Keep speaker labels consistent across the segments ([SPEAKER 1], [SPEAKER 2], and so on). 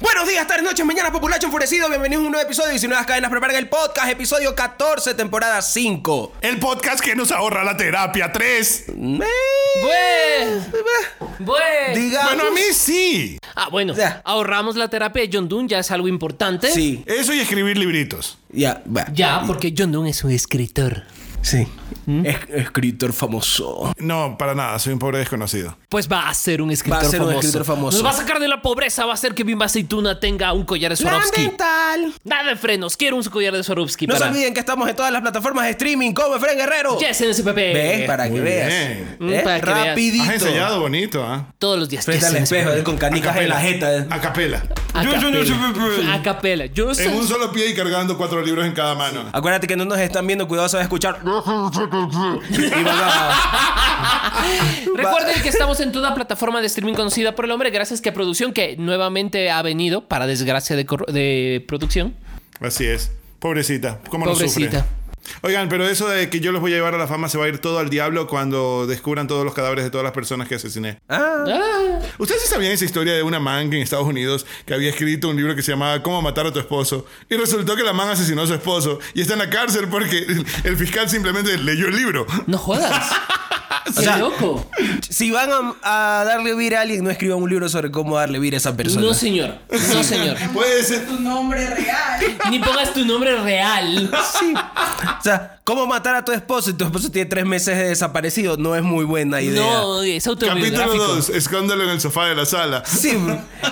[SPEAKER 1] Buenos días, tardes, noches, mañana, populacho enfurecido. Bienvenidos a un nuevo episodio de Si Nuevas Cadenas Preparan el Podcast, episodio 14, temporada 5.
[SPEAKER 2] El podcast que nos ahorra la terapia 3.
[SPEAKER 3] Bue. Bue.
[SPEAKER 1] Digamos.
[SPEAKER 2] Bueno, a mí sí.
[SPEAKER 3] Ah, bueno,
[SPEAKER 1] Ya.
[SPEAKER 3] ahorramos la terapia de John Doon, ya es algo importante.
[SPEAKER 1] Sí,
[SPEAKER 2] Eso y escribir libritos.
[SPEAKER 1] ya, va.
[SPEAKER 3] Ya, porque John Doon es un escritor.
[SPEAKER 1] Sí.
[SPEAKER 3] ¿Mm?
[SPEAKER 1] Es- escritor famoso.
[SPEAKER 2] No, para nada, soy un pobre desconocido.
[SPEAKER 3] Pues va a ser un escritor
[SPEAKER 1] ser un
[SPEAKER 3] famoso.
[SPEAKER 1] escritor famoso.
[SPEAKER 3] Nos va a sacar de la pobreza, va a hacer que Bimba Aceituna tenga un collar de Swarovski.
[SPEAKER 1] Fundamental.
[SPEAKER 3] Nada de frenos, quiero un collar de Swarovski
[SPEAKER 1] No se
[SPEAKER 3] para...
[SPEAKER 1] olviden que estamos en todas las plataformas de streaming como Efraín Guerrero.
[SPEAKER 3] Yes, en SPP.
[SPEAKER 1] ¿Ves? Para que
[SPEAKER 2] Muy
[SPEAKER 1] veas.
[SPEAKER 2] bien.
[SPEAKER 3] Mm,
[SPEAKER 1] ¿Eh?
[SPEAKER 3] para que veas.
[SPEAKER 1] Rapidito.
[SPEAKER 2] Has enseñado bonito, ¿ah?
[SPEAKER 3] Todos los días.
[SPEAKER 1] Frente
[SPEAKER 3] Yes,
[SPEAKER 1] al
[SPEAKER 3] en
[SPEAKER 1] espejo,
[SPEAKER 3] SPP.
[SPEAKER 1] él con canicas en la
[SPEAKER 2] A
[SPEAKER 1] jeta. eh.
[SPEAKER 2] capela.
[SPEAKER 3] A
[SPEAKER 2] Yo- yo- yo-
[SPEAKER 3] capela.
[SPEAKER 2] yo-
[SPEAKER 3] A capela. Yo soy...
[SPEAKER 2] En un solo pie y cargando cuatro libros en cada mano.
[SPEAKER 1] Acuérdate que no nos están viendo, cuidado, se va a escuchar. Y van a-
[SPEAKER 3] Recuerden que estamos en toda plataforma de streaming conocida por el hombre, gracias que a producción que nuevamente ha venido, para desgracia de, corro- de producción.
[SPEAKER 2] Así es. Pobrecita. ¿Cómo no sufre?
[SPEAKER 3] Pobrecita.
[SPEAKER 2] Oigan, pero eso de que yo los voy a llevar a la fama se va a ir todo al diablo cuando descubran todos los cadáveres de todas las personas que asesiné.
[SPEAKER 1] Ah.
[SPEAKER 3] Ah,
[SPEAKER 2] ¿Ustedes sí sabían esa historia de una man que en Estados Unidos que había escrito un libro que se llamaba Cómo matar a tu esposo? Y resultó que la man asesinó a su esposo y está en la cárcel porque el- el fiscal simplemente leyó el libro.
[SPEAKER 3] no jodas. Qué
[SPEAKER 1] sea,
[SPEAKER 3] loco.
[SPEAKER 1] Si van a, a darle vida a alguien, no escriban un libro sobre cómo darle vida a esa persona.
[SPEAKER 3] No, señor. No, señor.
[SPEAKER 2] Puede ser.
[SPEAKER 4] tu nombre real.
[SPEAKER 3] Ni pongas tu nombre real.
[SPEAKER 1] Sí. O sea, cómo matar a tu esposo y tu esposo tiene tres meses de desaparecido no es muy buena idea.
[SPEAKER 3] No, es
[SPEAKER 2] Capítulo
[SPEAKER 3] autobiográfico.
[SPEAKER 2] 2. Escóndelo en el sofá de la sala.
[SPEAKER 1] Sí,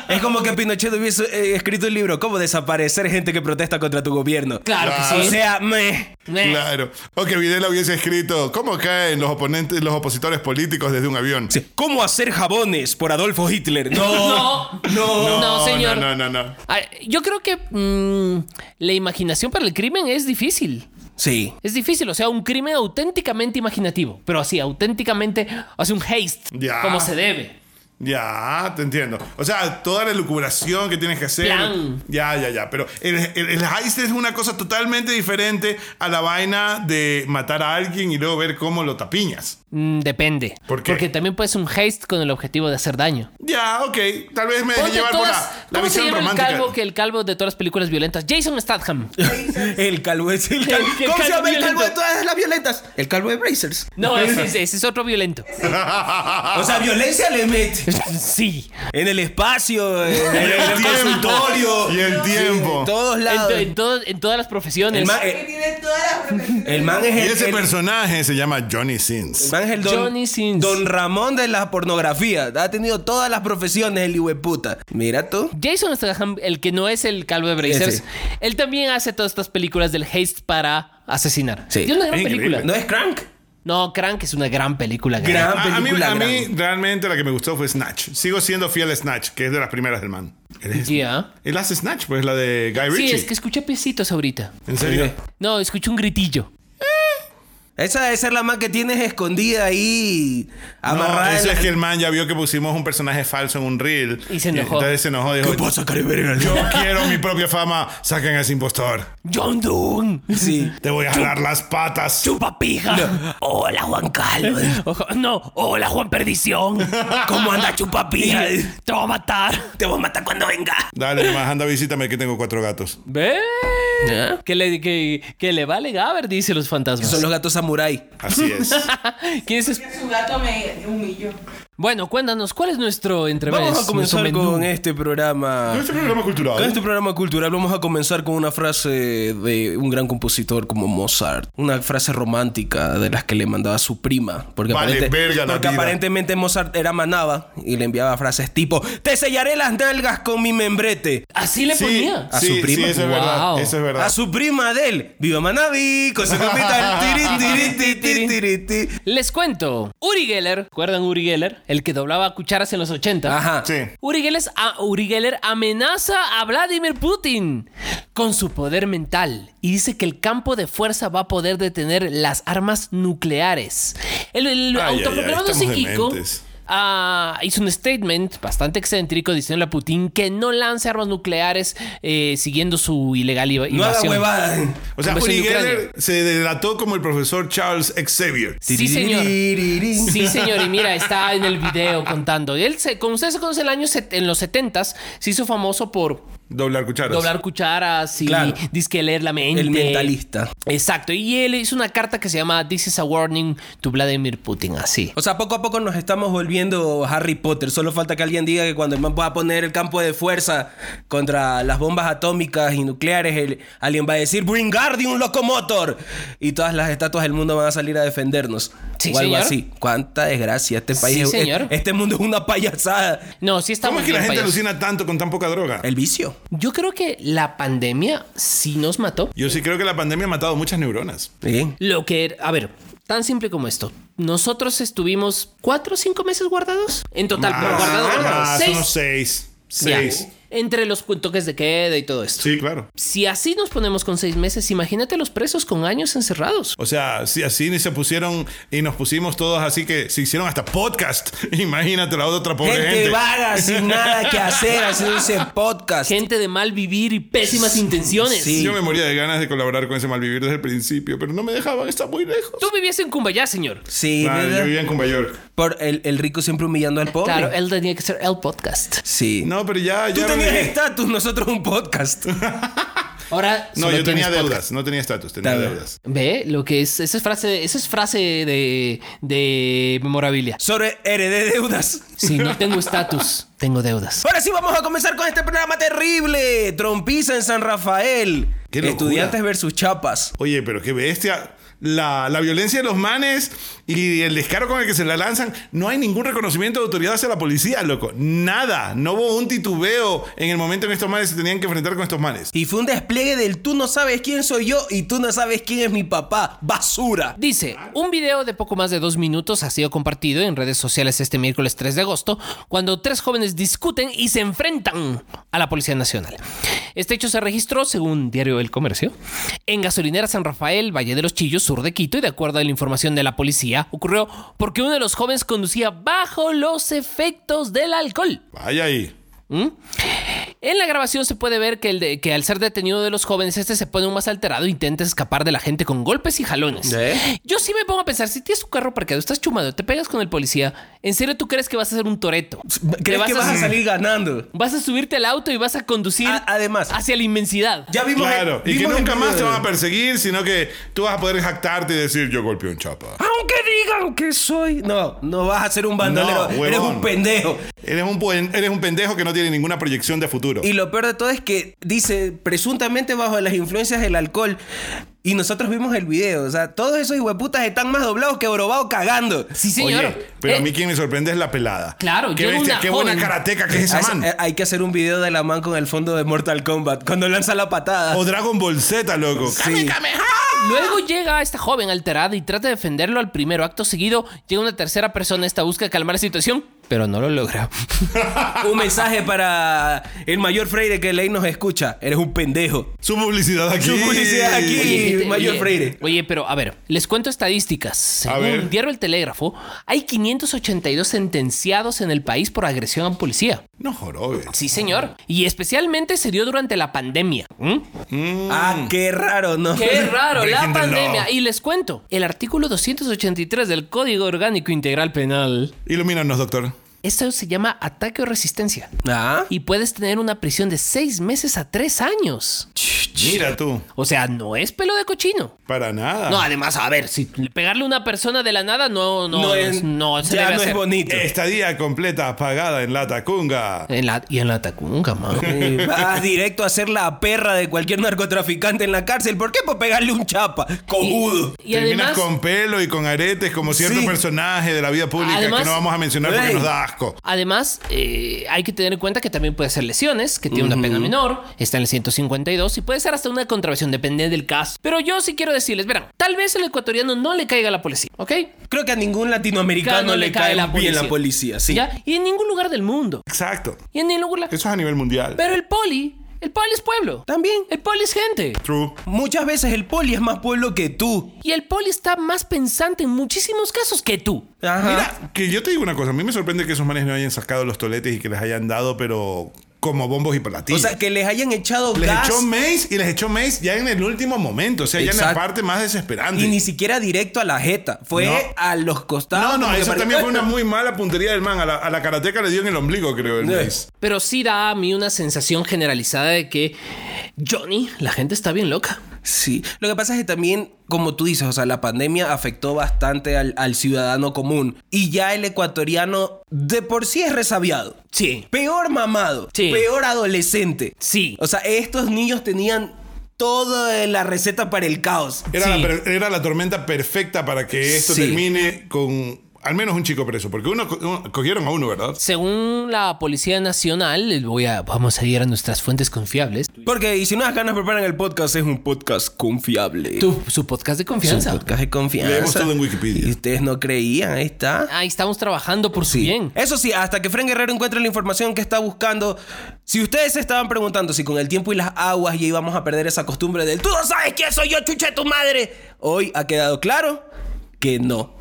[SPEAKER 1] es como que Pinochet hubiese eh, escrito un libro, cómo desaparecer gente que protesta contra tu gobierno.
[SPEAKER 3] Claro que sí.
[SPEAKER 1] O sea, meh.
[SPEAKER 3] Eh,
[SPEAKER 2] Claro. O que Videla hubiese escrito cómo caen los oponentes, los opositores políticos desde un avión.
[SPEAKER 1] Sí. ¿Cómo hacer jabones por Adolfo Hitler? No.
[SPEAKER 3] No, no, señor.
[SPEAKER 2] No, no, no. no.
[SPEAKER 3] Ah, Yo creo que mm, la imaginación para el crimen es difícil.
[SPEAKER 1] Sí.
[SPEAKER 3] Es difícil, o sea, un crimen auténticamente imaginativo, pero así, auténticamente, hace un haste,
[SPEAKER 2] Ya.
[SPEAKER 3] como se debe.
[SPEAKER 2] Ya, te entiendo. O sea, toda la lucubración que tienes que hacer.
[SPEAKER 3] Plan.
[SPEAKER 2] Ya, ya, ya. Pero el, el, el heist es una cosa totalmente diferente a la vaina de matar a alguien y luego ver cómo lo tapiñas.
[SPEAKER 3] Mm, depende.
[SPEAKER 2] ¿Por qué?
[SPEAKER 3] Porque también puede ser un haste con el objetivo de hacer daño.
[SPEAKER 2] Ya, ok. Tal vez me dejé
[SPEAKER 3] Ponte
[SPEAKER 2] llevar por
[SPEAKER 3] todas-
[SPEAKER 2] la, la
[SPEAKER 3] ¿Cómo se
[SPEAKER 2] visión
[SPEAKER 3] llama el
[SPEAKER 2] romántica.
[SPEAKER 3] calvo que el calvo de todas las películas violentas? Jason Statham.
[SPEAKER 1] El calvo es el calvo.
[SPEAKER 3] El- el
[SPEAKER 1] ¿Cómo
[SPEAKER 3] calvo
[SPEAKER 1] se llama el calvo de
[SPEAKER 3] violento.
[SPEAKER 1] todas las violentas? El calvo de Brazers.
[SPEAKER 3] No, ese, es- ese es otro violento.
[SPEAKER 1] O sea, violencia le mete.
[SPEAKER 3] Sí.
[SPEAKER 1] En el espacio, en el, en el consultorio.
[SPEAKER 2] y el tiempo.
[SPEAKER 1] En todos
[SPEAKER 3] En,
[SPEAKER 1] lados.
[SPEAKER 3] to- en todo- en todas las profesiones.
[SPEAKER 1] El eh. man,
[SPEAKER 4] Que
[SPEAKER 1] el-
[SPEAKER 4] tiene todas las profesiones.
[SPEAKER 1] el man es
[SPEAKER 2] Y
[SPEAKER 1] el,
[SPEAKER 2] ese
[SPEAKER 1] el-
[SPEAKER 2] personaje se llama Johnny
[SPEAKER 1] el
[SPEAKER 2] Sins.
[SPEAKER 1] man es el don,
[SPEAKER 3] Johnny Sins.
[SPEAKER 1] don Ramón de la pornografía. Ha tenido todas las profesiones el hijueputa. Mira tú.
[SPEAKER 3] Jason Statham, el que no es el calvo de Brazers,
[SPEAKER 1] Ese.
[SPEAKER 3] él también hace todas estas películas del haste para asesinar.
[SPEAKER 1] Sí.
[SPEAKER 3] Y es una gran
[SPEAKER 2] Es increíble.
[SPEAKER 3] película.
[SPEAKER 1] ¿No es crank?
[SPEAKER 3] No, Crank es una gran película. gran.
[SPEAKER 1] Gran
[SPEAKER 2] A, a mí,
[SPEAKER 1] película.
[SPEAKER 2] a mí
[SPEAKER 1] gran.
[SPEAKER 2] realmente la que me gustó fue Snatch. Sigo siendo fiel a Snatch, que es de las primeras del man. Él, es-
[SPEAKER 3] Ya.
[SPEAKER 2] él hace Snatch, pues la de Guy Ritchie.
[SPEAKER 3] Sí, es que escuché piecitos ahorita.
[SPEAKER 2] ¿En serio?
[SPEAKER 3] No, escuché un gritillo.
[SPEAKER 1] Esa debe ser la más que tienes escondida ahí. Amarrada.
[SPEAKER 2] No,
[SPEAKER 1] en
[SPEAKER 2] eso
[SPEAKER 1] la-
[SPEAKER 2] es que el man ya vio que pusimos un personaje falso en un reel.
[SPEAKER 3] Y se enojó.
[SPEAKER 2] entonces se enojó dijo,
[SPEAKER 1] ¿Qué pasa, Caribe?
[SPEAKER 2] yo quiero mi propia fama, saquen a ese impostor.
[SPEAKER 3] John Doon.
[SPEAKER 1] Sí.
[SPEAKER 2] Te voy a jalar las patas.
[SPEAKER 3] Chupapija. Hola, Juan Carlos. No, hola, Juan Perdición. ¿Cómo anda Chupapija? Te voy a matar. Te voy a matar cuando venga.
[SPEAKER 2] Dale, más anda visítame que tengo cuatro gatos.
[SPEAKER 3] ¿Ve? Que le, que, que le vale Gaber, dice los fantasmas.
[SPEAKER 1] Son los gatos samurái.
[SPEAKER 2] Así es.
[SPEAKER 3] ¿Qué dices?
[SPEAKER 4] Su gato me humilló.
[SPEAKER 3] Bueno, cuéntanos, ¿cuál es nuestro entrevés?
[SPEAKER 1] Vamos a comenzar
[SPEAKER 3] nuestro menú?
[SPEAKER 1] con este programa.
[SPEAKER 2] este programa cultural.
[SPEAKER 1] Con este programa cultural vamos a comenzar con una frase de un gran compositor como Mozart. Una frase romántica de las que le mandaba su prima. Porque,
[SPEAKER 2] Vale, verga la
[SPEAKER 1] porque
[SPEAKER 2] vida.
[SPEAKER 1] aparentemente Mozart era manaba y le enviaba frases tipo Te sellaré las nalgas con mi membrete.
[SPEAKER 3] Así le
[SPEAKER 2] Sí,
[SPEAKER 3] ponía.
[SPEAKER 1] ¿A
[SPEAKER 2] sí,
[SPEAKER 1] su prima?
[SPEAKER 2] sí, eso es
[SPEAKER 3] Wow.
[SPEAKER 2] verdad. Eso es verdad.
[SPEAKER 1] A su prima Adele. Viva Manaví. Con su copita. Tiri, tiri, ti, ti, tiri, ti.
[SPEAKER 3] Les cuento. Uri Geller, ¿recuerdan Uri Geller? el que doblaba cucharas en los 80.
[SPEAKER 1] Ajá.
[SPEAKER 2] Sí.
[SPEAKER 3] Uri Geller, a- Uri Geller amenaza a Vladimir Putin con su poder mental y dice que el campo de fuerza va a poder detener las armas nucleares. El, el
[SPEAKER 2] Ay, ay,
[SPEAKER 3] autoproclamado
[SPEAKER 2] ay, estamos
[SPEAKER 3] psíquico
[SPEAKER 2] dementes.
[SPEAKER 3] ah, hizo un statement bastante excéntrico diciéndole a Putin que no lance armas nucleares eh, siguiendo su ilegal iva-
[SPEAKER 1] No haga
[SPEAKER 3] invasión.
[SPEAKER 1] huevadas.
[SPEAKER 2] O sea,
[SPEAKER 3] Invasión
[SPEAKER 2] Uri
[SPEAKER 3] de Ucrania.
[SPEAKER 2] Geller se delató como el profesor Charles Xavier.
[SPEAKER 3] Sí, señor. Sí, señor, y mira, está en el video contando. Y Él, se, como ustedes conocen, el año set- en los 70s se hizo famoso por
[SPEAKER 2] Doblar cucharas.
[SPEAKER 3] doblar cucharas y
[SPEAKER 1] Claro.
[SPEAKER 3] disque leer la mente.
[SPEAKER 1] El mentalista.
[SPEAKER 3] Exacto, y él hizo una carta que se llama This is a warning to Vladimir Putin, así.
[SPEAKER 1] O sea, poco a poco nos estamos volviendo Harry Potter. Solo falta que alguien diga que cuando el man pueda poner el campo de fuerza contra las bombas atómicas y nucleares, el, alguien va a decir Wingardium Locomotor. Y todas las estatuas del mundo van a salir a defendernos.
[SPEAKER 3] Sí,
[SPEAKER 1] o algo
[SPEAKER 3] señor.
[SPEAKER 1] así. Cuánta desgracia. Este país
[SPEAKER 3] Sí,
[SPEAKER 1] es-
[SPEAKER 3] señor.
[SPEAKER 1] Este mundo es una payasada.
[SPEAKER 3] No, sí está
[SPEAKER 2] ¿Cómo
[SPEAKER 3] muy
[SPEAKER 2] es que la
[SPEAKER 3] bien,
[SPEAKER 2] gente
[SPEAKER 3] payaso.
[SPEAKER 2] alucina tanto con tan poca droga?
[SPEAKER 1] El vicio.
[SPEAKER 3] Yo creo que la pandemia sí nos mató.
[SPEAKER 2] Yo sí creo que la pandemia ha matado muchas neuronas.
[SPEAKER 1] Bien.
[SPEAKER 3] Lo que, era- a ver, tan simple como esto. Nosotros estuvimos cuatro o cinco meses guardados en total, pero guardados, guardados,
[SPEAKER 2] Ah, son
[SPEAKER 3] seis.
[SPEAKER 2] unos seis.
[SPEAKER 3] Ya.
[SPEAKER 2] Seis.
[SPEAKER 3] Entre los cu- toques de queda y todo esto.
[SPEAKER 2] Sí, claro.
[SPEAKER 3] Si así nos ponemos con seis meses, imagínate los presos con años encerrados.
[SPEAKER 2] O sea, si así ni se pusieron y nos pusimos todos así que se hicieron hasta podcast. Imagínate la otra pobre
[SPEAKER 1] Gente,
[SPEAKER 2] gente.
[SPEAKER 1] vaga, sin nada que hacer, haciéndose podcast.
[SPEAKER 3] Gente de mal vivir y pésimas intenciones.
[SPEAKER 1] Sí.
[SPEAKER 2] Yo me moría de ganas de colaborar con ese malvivir desde el principio, pero no me dejaban, está muy lejos.
[SPEAKER 3] Tú vivías en Cumbayá, señor.
[SPEAKER 1] Sí,
[SPEAKER 2] Ah,
[SPEAKER 1] ¿verdad?
[SPEAKER 2] yo vivía en Cumbayor.
[SPEAKER 1] Por el, el rico siempre humillando al pobre.
[SPEAKER 3] Claro, él tenía que ser el podcast.
[SPEAKER 1] Sí.
[SPEAKER 2] No, pero ya.
[SPEAKER 1] Tú
[SPEAKER 2] ya
[SPEAKER 1] tenías
[SPEAKER 2] renegué.
[SPEAKER 1] estatus, nosotros un podcast.
[SPEAKER 3] Ahora
[SPEAKER 2] No,
[SPEAKER 3] solo
[SPEAKER 2] yo tenía
[SPEAKER 3] tienes
[SPEAKER 2] deudas,
[SPEAKER 3] podcast.
[SPEAKER 2] no tenía estatus, tenía
[SPEAKER 1] Está bien.
[SPEAKER 2] deudas.
[SPEAKER 3] Ve lo que es. Esa es frase, esa es frase de, de memorabilia.
[SPEAKER 1] Sobre heredé deudas.
[SPEAKER 3] Si no tengo estatus, tengo deudas.
[SPEAKER 1] Ahora sí vamos a comenzar con este programa terrible. Trompiza en San Rafael.
[SPEAKER 2] Qué locura.
[SPEAKER 1] Estudiantes versus chapas.
[SPEAKER 2] Oye, pero qué bestia. La, la violencia de los manes y el descaro con el que se la lanzan, no hay ningún reconocimiento de autoridad hacia la policía, loco. Nada. No hubo un titubeo en el momento en que estos manes se tenían que enfrentar con estos manes.
[SPEAKER 1] Y fue un despliegue del tú no sabes quién soy yo y tú no sabes quién es mi papá. Basura.
[SPEAKER 3] Dice, un video de poco más de dos minutos ha sido compartido en redes sociales este miércoles 3 de agosto, cuando tres jóvenes discuten y se enfrentan a la Policía Nacional. Este hecho se registró, según Diario El Comercio, en gasolinera San Rafael, Valle de los Chillos, sur de Quito, y de acuerdo a la información de la policía, ocurrió porque uno de los jóvenes conducía bajo los efectos del alcohol.
[SPEAKER 2] Vaya ahí.
[SPEAKER 3] En la grabación se puede ver que, el de- que al ser detenido de los jóvenes, este se pone un más alterado e intenta escapar de la gente con golpes y jalones.
[SPEAKER 1] ¿Eh?
[SPEAKER 3] Yo sí me pongo a pensar, si tienes tu carro parqueado, estás chumado, te pegas con el policía, ¿en serio tú crees que vas a hacer un toreto?
[SPEAKER 1] ¿Crees que vas a salir ganando?
[SPEAKER 3] Vas a subirte al auto y vas a conducir
[SPEAKER 1] A- además-
[SPEAKER 3] hacia la inmensidad.
[SPEAKER 1] Ya vimos.
[SPEAKER 2] Claro.
[SPEAKER 1] el-
[SPEAKER 2] Y que
[SPEAKER 1] vimos el
[SPEAKER 2] nunca más te
[SPEAKER 1] video.
[SPEAKER 2] van a perseguir, sino que tú vas a poder jactarte y decir, yo golpeé un chapa.
[SPEAKER 1] Aunque digan que soy. No, no vas a ser un
[SPEAKER 2] No,
[SPEAKER 1] bandolero. Eres
[SPEAKER 2] huevón.
[SPEAKER 1] un pendejo.
[SPEAKER 2] Eres un, puen- eres un pendejo que no tiene ninguna proyección de futuro.
[SPEAKER 1] Y lo peor de todo es que dice presuntamente bajo las influencias del alcohol. Y nosotros vimos el video. O sea, todos esos hueputas están más doblados que Orobao cagando.
[SPEAKER 3] Sí, señor.
[SPEAKER 2] Oye, pero
[SPEAKER 3] Eh,
[SPEAKER 2] a mí quien me sorprende es la pelada.
[SPEAKER 3] Claro,
[SPEAKER 2] qué
[SPEAKER 3] yo
[SPEAKER 2] bestia,
[SPEAKER 3] una
[SPEAKER 2] qué
[SPEAKER 3] joven-
[SPEAKER 2] buena karateca que es esa
[SPEAKER 1] Hay-
[SPEAKER 2] man.
[SPEAKER 1] Hay que hacer un video de la man con el fondo de Mortal Kombat cuando lanza la patada.
[SPEAKER 2] O Dragon Ball Z, loco.
[SPEAKER 1] Sí.
[SPEAKER 3] Luego llega esta joven alterada y trata de defenderlo al primero acto seguido. Llega una tercera persona, esta busca calmar la situación, pero no lo logra.
[SPEAKER 1] Un mensaje para el mayor Freire que ley nos escucha. Eres un pendejo.
[SPEAKER 2] Su publicidad aquí.
[SPEAKER 1] Su publicidad aquí.
[SPEAKER 3] Oye, gente,
[SPEAKER 1] Mayor
[SPEAKER 3] oye,
[SPEAKER 1] Freire.
[SPEAKER 3] Oye, pero a ver, les cuento estadísticas. Según
[SPEAKER 2] ver.
[SPEAKER 3] Diario El Telégrafo, hay 582 sentenciados en el país por agresión a un policía.
[SPEAKER 2] No jorobe.
[SPEAKER 3] Sí, señor. Y especialmente se dio durante la pandemia. ¿Mm?
[SPEAKER 1] Ah, qué raro, ¿no?
[SPEAKER 3] Qué raro, la
[SPEAKER 2] Breaking the
[SPEAKER 3] pandemia.
[SPEAKER 2] law.
[SPEAKER 3] Y les cuento, el artículo 283 del Código Orgánico Integral Penal,
[SPEAKER 2] Ilumínanos, doctor.
[SPEAKER 3] eso se llama ataque o resistencia.
[SPEAKER 1] Ah.
[SPEAKER 3] Y puedes tener una prisión de seis meses a tres años.
[SPEAKER 2] Mira tú.
[SPEAKER 3] O sea, no es pelo de cochino.
[SPEAKER 2] Para nada.
[SPEAKER 3] No, además, a ver, si pegarle a una persona de la nada no, no, no, es, no se
[SPEAKER 1] ya
[SPEAKER 3] debe
[SPEAKER 1] no
[SPEAKER 3] hacer.
[SPEAKER 1] es bonito.
[SPEAKER 2] Estadía completa pagada en la tacunga.
[SPEAKER 3] En la, y en la tacunga, man.
[SPEAKER 1] Eh, Vas directo a ser la perra de cualquier narcotraficante en la cárcel. ¿Por qué? Por pegarle un chapa. Cojudo.
[SPEAKER 3] Y
[SPEAKER 2] Terminas
[SPEAKER 3] además,
[SPEAKER 2] con pelo y con aretes como cierto
[SPEAKER 1] Sí.
[SPEAKER 2] personaje de la vida pública
[SPEAKER 3] Además-
[SPEAKER 2] que no vamos a mencionar porque
[SPEAKER 1] Ey.
[SPEAKER 2] nos da asco.
[SPEAKER 3] además eh, hay que tener en cuenta que también puede hacer lesiones, que tiene una pena menor, está en el 152 y puede ser hasta una contravención, depende del caso. Pero yo sí quiero decirles, verán, tal vez el ecuatoriano no le caiga a la policía, ¿ok?
[SPEAKER 1] Creo que a ningún latinoamericano
[SPEAKER 3] Claro,
[SPEAKER 1] le cae
[SPEAKER 3] la
[SPEAKER 1] bien
[SPEAKER 3] policía.
[SPEAKER 1] la policía, sí.
[SPEAKER 3] ¿Ya? Y en ningún lugar del mundo.
[SPEAKER 2] Exacto.
[SPEAKER 3] Y en ningún lugar.
[SPEAKER 2] Eso es a nivel mundial.
[SPEAKER 3] Pero el poli, el poli es pueblo.
[SPEAKER 1] También.
[SPEAKER 3] El poli es gente.
[SPEAKER 2] True.
[SPEAKER 1] Muchas veces el poli es más pueblo que tú.
[SPEAKER 3] Y el poli está más pensante en muchísimos casos que tú.
[SPEAKER 1] Ajá.
[SPEAKER 2] Mira, que yo te digo una cosa. A mí me sorprende que esos manes no hayan sacado los toletes y que les hayan dado, pero como bombos y
[SPEAKER 1] o
[SPEAKER 2] platillos.
[SPEAKER 1] sea, que les hayan echado
[SPEAKER 2] les
[SPEAKER 1] gas
[SPEAKER 2] echó Mace y les echó Mace ya en el último momento. O sea, ya en la
[SPEAKER 1] Exacto.
[SPEAKER 2] parte más desesperante.
[SPEAKER 1] y ni siquiera directo a la jeta. Fue
[SPEAKER 2] No.
[SPEAKER 1] a los costados.
[SPEAKER 2] no, no,
[SPEAKER 1] porque
[SPEAKER 2] eso
[SPEAKER 1] pare-
[SPEAKER 2] también fue una muy mala puntería del man. A la, a la karateca le dio en el ombligo, creo, el
[SPEAKER 1] Sí.
[SPEAKER 2] Mace.
[SPEAKER 3] Pero sí da a mí una sensación generalizada de que Johnny, la gente está bien loca.
[SPEAKER 1] Sí. Lo que pasa es que también, como tú dices, o sea, la pandemia afectó bastante al, al ciudadano común. Y ya el ecuatoriano de por sí es resabiado.
[SPEAKER 3] Sí.
[SPEAKER 1] Peor mamado.
[SPEAKER 3] Sí.
[SPEAKER 1] Peor adolescente.
[SPEAKER 3] Sí.
[SPEAKER 1] O sea, estos niños tenían toda la receta para el caos.
[SPEAKER 2] Era,
[SPEAKER 3] Sí.
[SPEAKER 2] la, per- era la tormenta perfecta para que esto
[SPEAKER 1] Sí.
[SPEAKER 2] termine con al menos un chico preso. Porque uno, co- uno- cogieron a uno, ¿verdad?
[SPEAKER 3] Según la Policía Nacional, voy a, vamos a ir a nuestras fuentes confiables.
[SPEAKER 1] Porque y si unas ganas preparan el podcast, es un podcast confiable.
[SPEAKER 3] Tu, su podcast de
[SPEAKER 1] Es
[SPEAKER 3] confianza.
[SPEAKER 1] un podcast de confianza.
[SPEAKER 2] Leemos todo en Wikipedia.
[SPEAKER 1] Y ustedes no creían, ahí está.
[SPEAKER 3] Ahí estamos trabajando por su bien.
[SPEAKER 1] Eso sí, hasta que Fren Guerrero encuentre la información que está buscando. Si ustedes se estaban preguntando si con el tiempo y las aguas ya íbamos a perder esa costumbre del tú no sabes quién soy yo, chucha de tu madre, hoy ha quedado claro que no.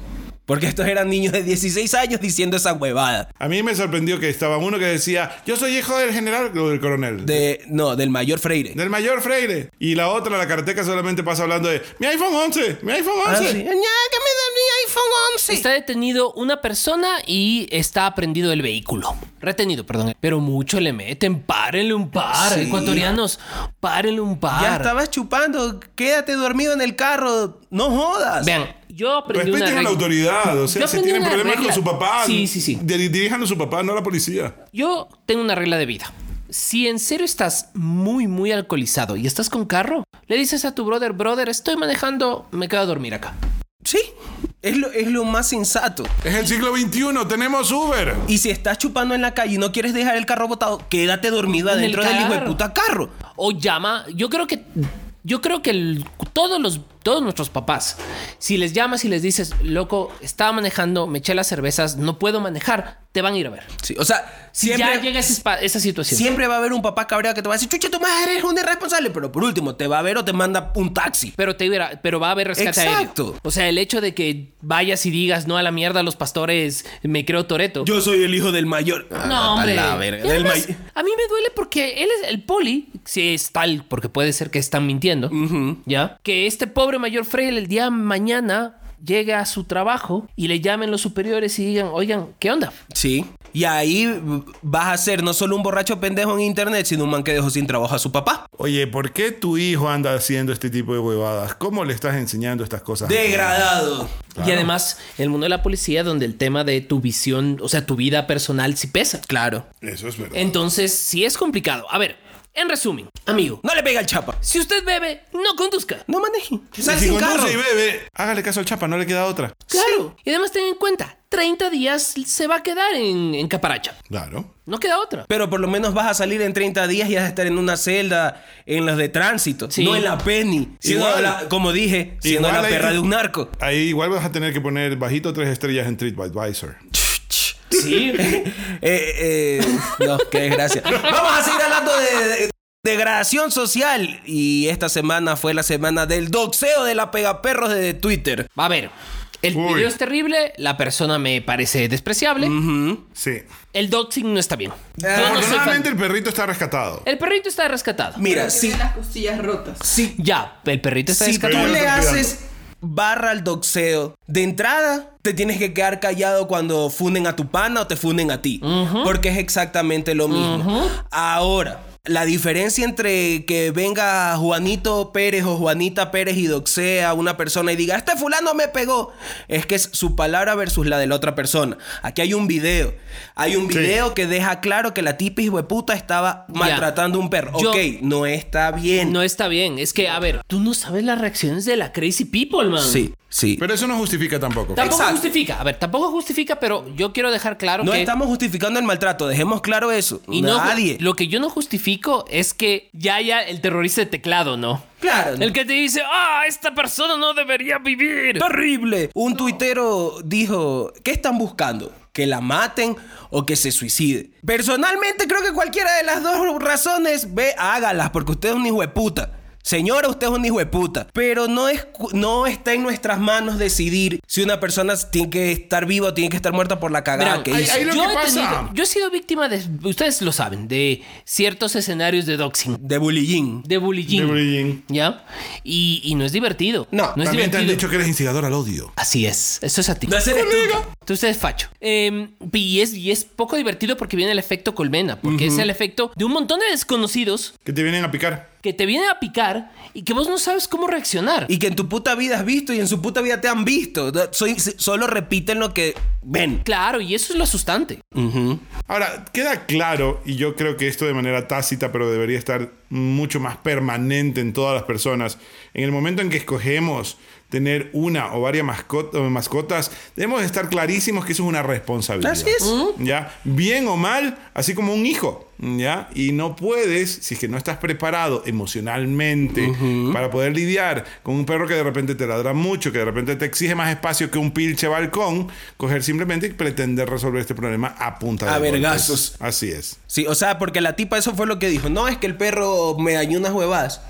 [SPEAKER 1] Porque estos eran niños de 16 años diciendo esa huevada.
[SPEAKER 2] A mí me sorprendió que estaba uno que decía, yo soy hijo del general o del coronel.
[SPEAKER 1] De, no, del mayor Freire.
[SPEAKER 2] del mayor Freire. Y la otra, la karateca, solamente pasa hablando de mi iPhone 11, mi iPhone 11.
[SPEAKER 1] Ah, sí. Ya, que me da mi iPhone 11.
[SPEAKER 3] Está detenido una persona y está aprendido el vehículo. Retenido, perdón. Pero mucho le meten. Párenle un par,
[SPEAKER 1] Sí.
[SPEAKER 3] ecuatorianos. Párenle un par.
[SPEAKER 1] Ya estabas chupando, quédate dormido en el carro, no jodas.
[SPEAKER 3] Vean, yo aprendí una
[SPEAKER 2] Respeten a la
[SPEAKER 3] regla.
[SPEAKER 2] autoridad. O
[SPEAKER 3] Yo
[SPEAKER 2] sea, si
[SPEAKER 3] aprendí
[SPEAKER 2] tienen
[SPEAKER 3] una
[SPEAKER 2] problemas
[SPEAKER 3] regla.
[SPEAKER 2] con su papá,
[SPEAKER 3] Sí, sí, sí.
[SPEAKER 2] dir- dirijan a su papá, no a la policía.
[SPEAKER 3] Yo tengo una regla de vida. Si en serio estás muy, muy alcoholizado y estás con carro, le dices a tu brother, brother, estoy manejando, me quedo a dormir acá.
[SPEAKER 1] Sí, es lo, es lo más sensato.
[SPEAKER 2] Es el siglo XXI, tenemos Uber.
[SPEAKER 1] Y si estás chupando en la calle y no quieres dejar el carro botado, quédate dormido
[SPEAKER 3] En el
[SPEAKER 1] adentro del hijo de
[SPEAKER 3] carro.
[SPEAKER 1] puta carro.
[SPEAKER 3] O llama, yo creo que, yo creo que el- todos los, todos nuestros papás, si les llamas y les dices, loco, estaba manejando, me eché las cervezas, no puedo manejar, te van a ir a ver.
[SPEAKER 1] Sí, o sea,
[SPEAKER 3] Si
[SPEAKER 1] siempre,
[SPEAKER 3] ya llega ese spa- esa situación.
[SPEAKER 1] siempre va a haber un papá cabreado que te va a decir, chucha, tu madre eres un irresponsable. Pero por último, te va a ver o te manda un taxi.
[SPEAKER 3] Pero, te hubiera- pero va a haber rescate aéreo.
[SPEAKER 1] Exacto.
[SPEAKER 3] O sea, el hecho de que vayas y digas no a la mierda los pastores, me creo Toreto.
[SPEAKER 1] Yo soy el hijo del mayor.
[SPEAKER 3] No, hombre.
[SPEAKER 1] A la verga.
[SPEAKER 3] Y
[SPEAKER 1] Del
[SPEAKER 3] además,
[SPEAKER 1] may-
[SPEAKER 3] a mí me duele porque él es el poli, si es tal, porque puede ser que están mintiendo, ¿ya? Que este pobre mayor Freire el día de mañana llegue a su trabajo y le llamen los superiores y digan, oigan, ¿qué onda?
[SPEAKER 1] Sí. Y ahí mm, vas a ser no solo un borracho pendejo en internet, sino un man que dejó sin trabajo a su papá.
[SPEAKER 2] Oye, ¿por qué tu hijo anda haciendo este tipo de huevadas? ¿Cómo le estás enseñando estas cosas?
[SPEAKER 1] Degradado.
[SPEAKER 3] Y además, el mundo de la policía, donde el tema de tu visión, o sea, tu vida personal, sí pesa. Claro.
[SPEAKER 2] Eso es verdad.
[SPEAKER 3] Entonces, sí es complicado. A ver, en resumen, amigo,
[SPEAKER 1] No le pega al chapa.
[SPEAKER 3] si usted bebe, no conduzca.
[SPEAKER 1] No maneje.
[SPEAKER 2] Y
[SPEAKER 1] Sal
[SPEAKER 2] si
[SPEAKER 1] sin
[SPEAKER 2] conduce
[SPEAKER 1] carro.
[SPEAKER 2] y bebe, hágale caso al chapa, no le queda otra.
[SPEAKER 3] Claro. Y además, ten en cuenta, 30 días se va a quedar en, en caparacha.
[SPEAKER 2] Claro.
[SPEAKER 3] No queda otra.
[SPEAKER 1] Pero por lo menos vas a salir en 30 días y vas a estar en una celda en las de tránsito,
[SPEAKER 3] Sí.
[SPEAKER 1] no en la penny, siendo
[SPEAKER 2] Igual.
[SPEAKER 1] la- como dije, siendo
[SPEAKER 2] Igual
[SPEAKER 1] la
[SPEAKER 2] ahí-
[SPEAKER 1] perra de un narco.
[SPEAKER 2] Ahí igual vas a tener que poner bajito tres estrellas en TripAdvisor.
[SPEAKER 3] Sí.
[SPEAKER 1] Eh, eh, no, qué desgracia. Vamos a seguir hablando de, de- de degradación social. Y esta semana fue la semana del doxeo de la pegaperros de Twitter.
[SPEAKER 3] A ver, el
[SPEAKER 2] Uy.
[SPEAKER 3] video es terrible, la persona me parece despreciable,
[SPEAKER 2] Sí.
[SPEAKER 3] el doxing no está bien.
[SPEAKER 1] Ah,
[SPEAKER 3] Yo no soy fan.
[SPEAKER 2] Afortunadamente el perrito está rescatado.
[SPEAKER 1] Eh,
[SPEAKER 3] El perrito está rescatado.
[SPEAKER 1] Mira,
[SPEAKER 4] Tiene
[SPEAKER 1] si,
[SPEAKER 4] las costillas rotas.
[SPEAKER 1] si,
[SPEAKER 3] Ya, el perrito está
[SPEAKER 1] si tú
[SPEAKER 3] rescatado.
[SPEAKER 1] le
[SPEAKER 2] Respirando.
[SPEAKER 1] haces barra al doxeo, de entrada te tienes que quedar callado cuando funden a tu pana o te funden a ti. Porque es exactamente lo mismo. Ahora, la diferencia entre que venga Juanito Pérez o Juanita Pérez y doxea a una persona y diga, este fulano me pegó, es que es su palabra versus la de la otra persona. Aquí hay un video. Hay un video que deja claro que la tipa hijo de puta estaba maltratando a un perro.
[SPEAKER 3] Yo-
[SPEAKER 1] ok, no está bien.
[SPEAKER 3] No está bien, es que, a ver, tú no sabes las reacciones de la crazy people, man.
[SPEAKER 1] sí, sí.
[SPEAKER 2] Pero eso no justifica tampoco.
[SPEAKER 3] Tampoco
[SPEAKER 1] Exacto.
[SPEAKER 3] justifica. A ver, tampoco justifica, pero yo quiero dejar claro
[SPEAKER 1] No
[SPEAKER 3] que.
[SPEAKER 1] estamos justificando el maltrato, dejemos claro eso.
[SPEAKER 3] Y no,
[SPEAKER 1] Nadie.
[SPEAKER 3] Lo que yo no justifico es que ya haya el terrorista de teclado, ¿no?
[SPEAKER 1] Claro.
[SPEAKER 3] El que te dice, ah, esta persona no debería vivir.
[SPEAKER 1] Terrible. Un tuitero dijo, ¿qué están buscando? ¿Que la maten o que se suicide? Personalmente creo que cualquiera de las dos razones, ve, hágalas, porque usted es un hijo de puta. Señora, usted es un hijo de puta. Pero no, es, cu- no está en nuestras manos decidir si una persona tiene que estar viva o tiene que estar muerta por la cagada
[SPEAKER 3] Verán,
[SPEAKER 1] que
[SPEAKER 2] ahí-
[SPEAKER 1] hizo.
[SPEAKER 2] ahí lo
[SPEAKER 3] yo,
[SPEAKER 2] que
[SPEAKER 3] he
[SPEAKER 2] pasa.
[SPEAKER 3] tenido- yo he sido víctima de, ustedes lo saben, de ciertos escenarios de doxing,
[SPEAKER 1] De bullying.
[SPEAKER 3] de bullying.
[SPEAKER 2] De bullying.
[SPEAKER 3] ¿Ya? Y, y no es divertido.
[SPEAKER 1] No,
[SPEAKER 3] no es
[SPEAKER 2] También te han
[SPEAKER 3] divertido.
[SPEAKER 2] dicho que eres instigador al odio.
[SPEAKER 3] Así es, eso es a ti.
[SPEAKER 1] No eres tú.
[SPEAKER 3] Tú eres facho. Eh, y, es, y es poco divertido porque viene el efecto colmena, porque es el efecto de un montón de desconocidos
[SPEAKER 2] Que te vienen a picar.
[SPEAKER 3] que te vienen a picar y que vos no sabes cómo reaccionar.
[SPEAKER 1] Y que en tu puta vida has visto y en su puta vida te han visto. Soy- solo repiten lo que ven.
[SPEAKER 3] claro, y eso es lo asustante.
[SPEAKER 2] Ahora, queda claro, y yo creo que esto de manera tácita, pero debería estar mucho más permanente en todas las personas. En el momento en que escogemos tener una o varias mascot- o mascotas, debemos estar clarísimos que eso es una responsabilidad.
[SPEAKER 1] Así es.
[SPEAKER 2] ¿Ya? Bien o mal, así como un hijo. ¿Ya? Y no puedes, si es que no estás preparado emocionalmente para poder lidiar con un perro que de repente te ladra mucho, que de repente te exige más espacio que un pilche balcón, coger simplemente y pretender resolver este problema a punta de
[SPEAKER 1] A
[SPEAKER 2] golpes.
[SPEAKER 1] vergazos.
[SPEAKER 2] Así es.
[SPEAKER 1] Sí, o sea, porque la tipa eso fue lo que dijo. No, es que el perro me dañó unas huevadas.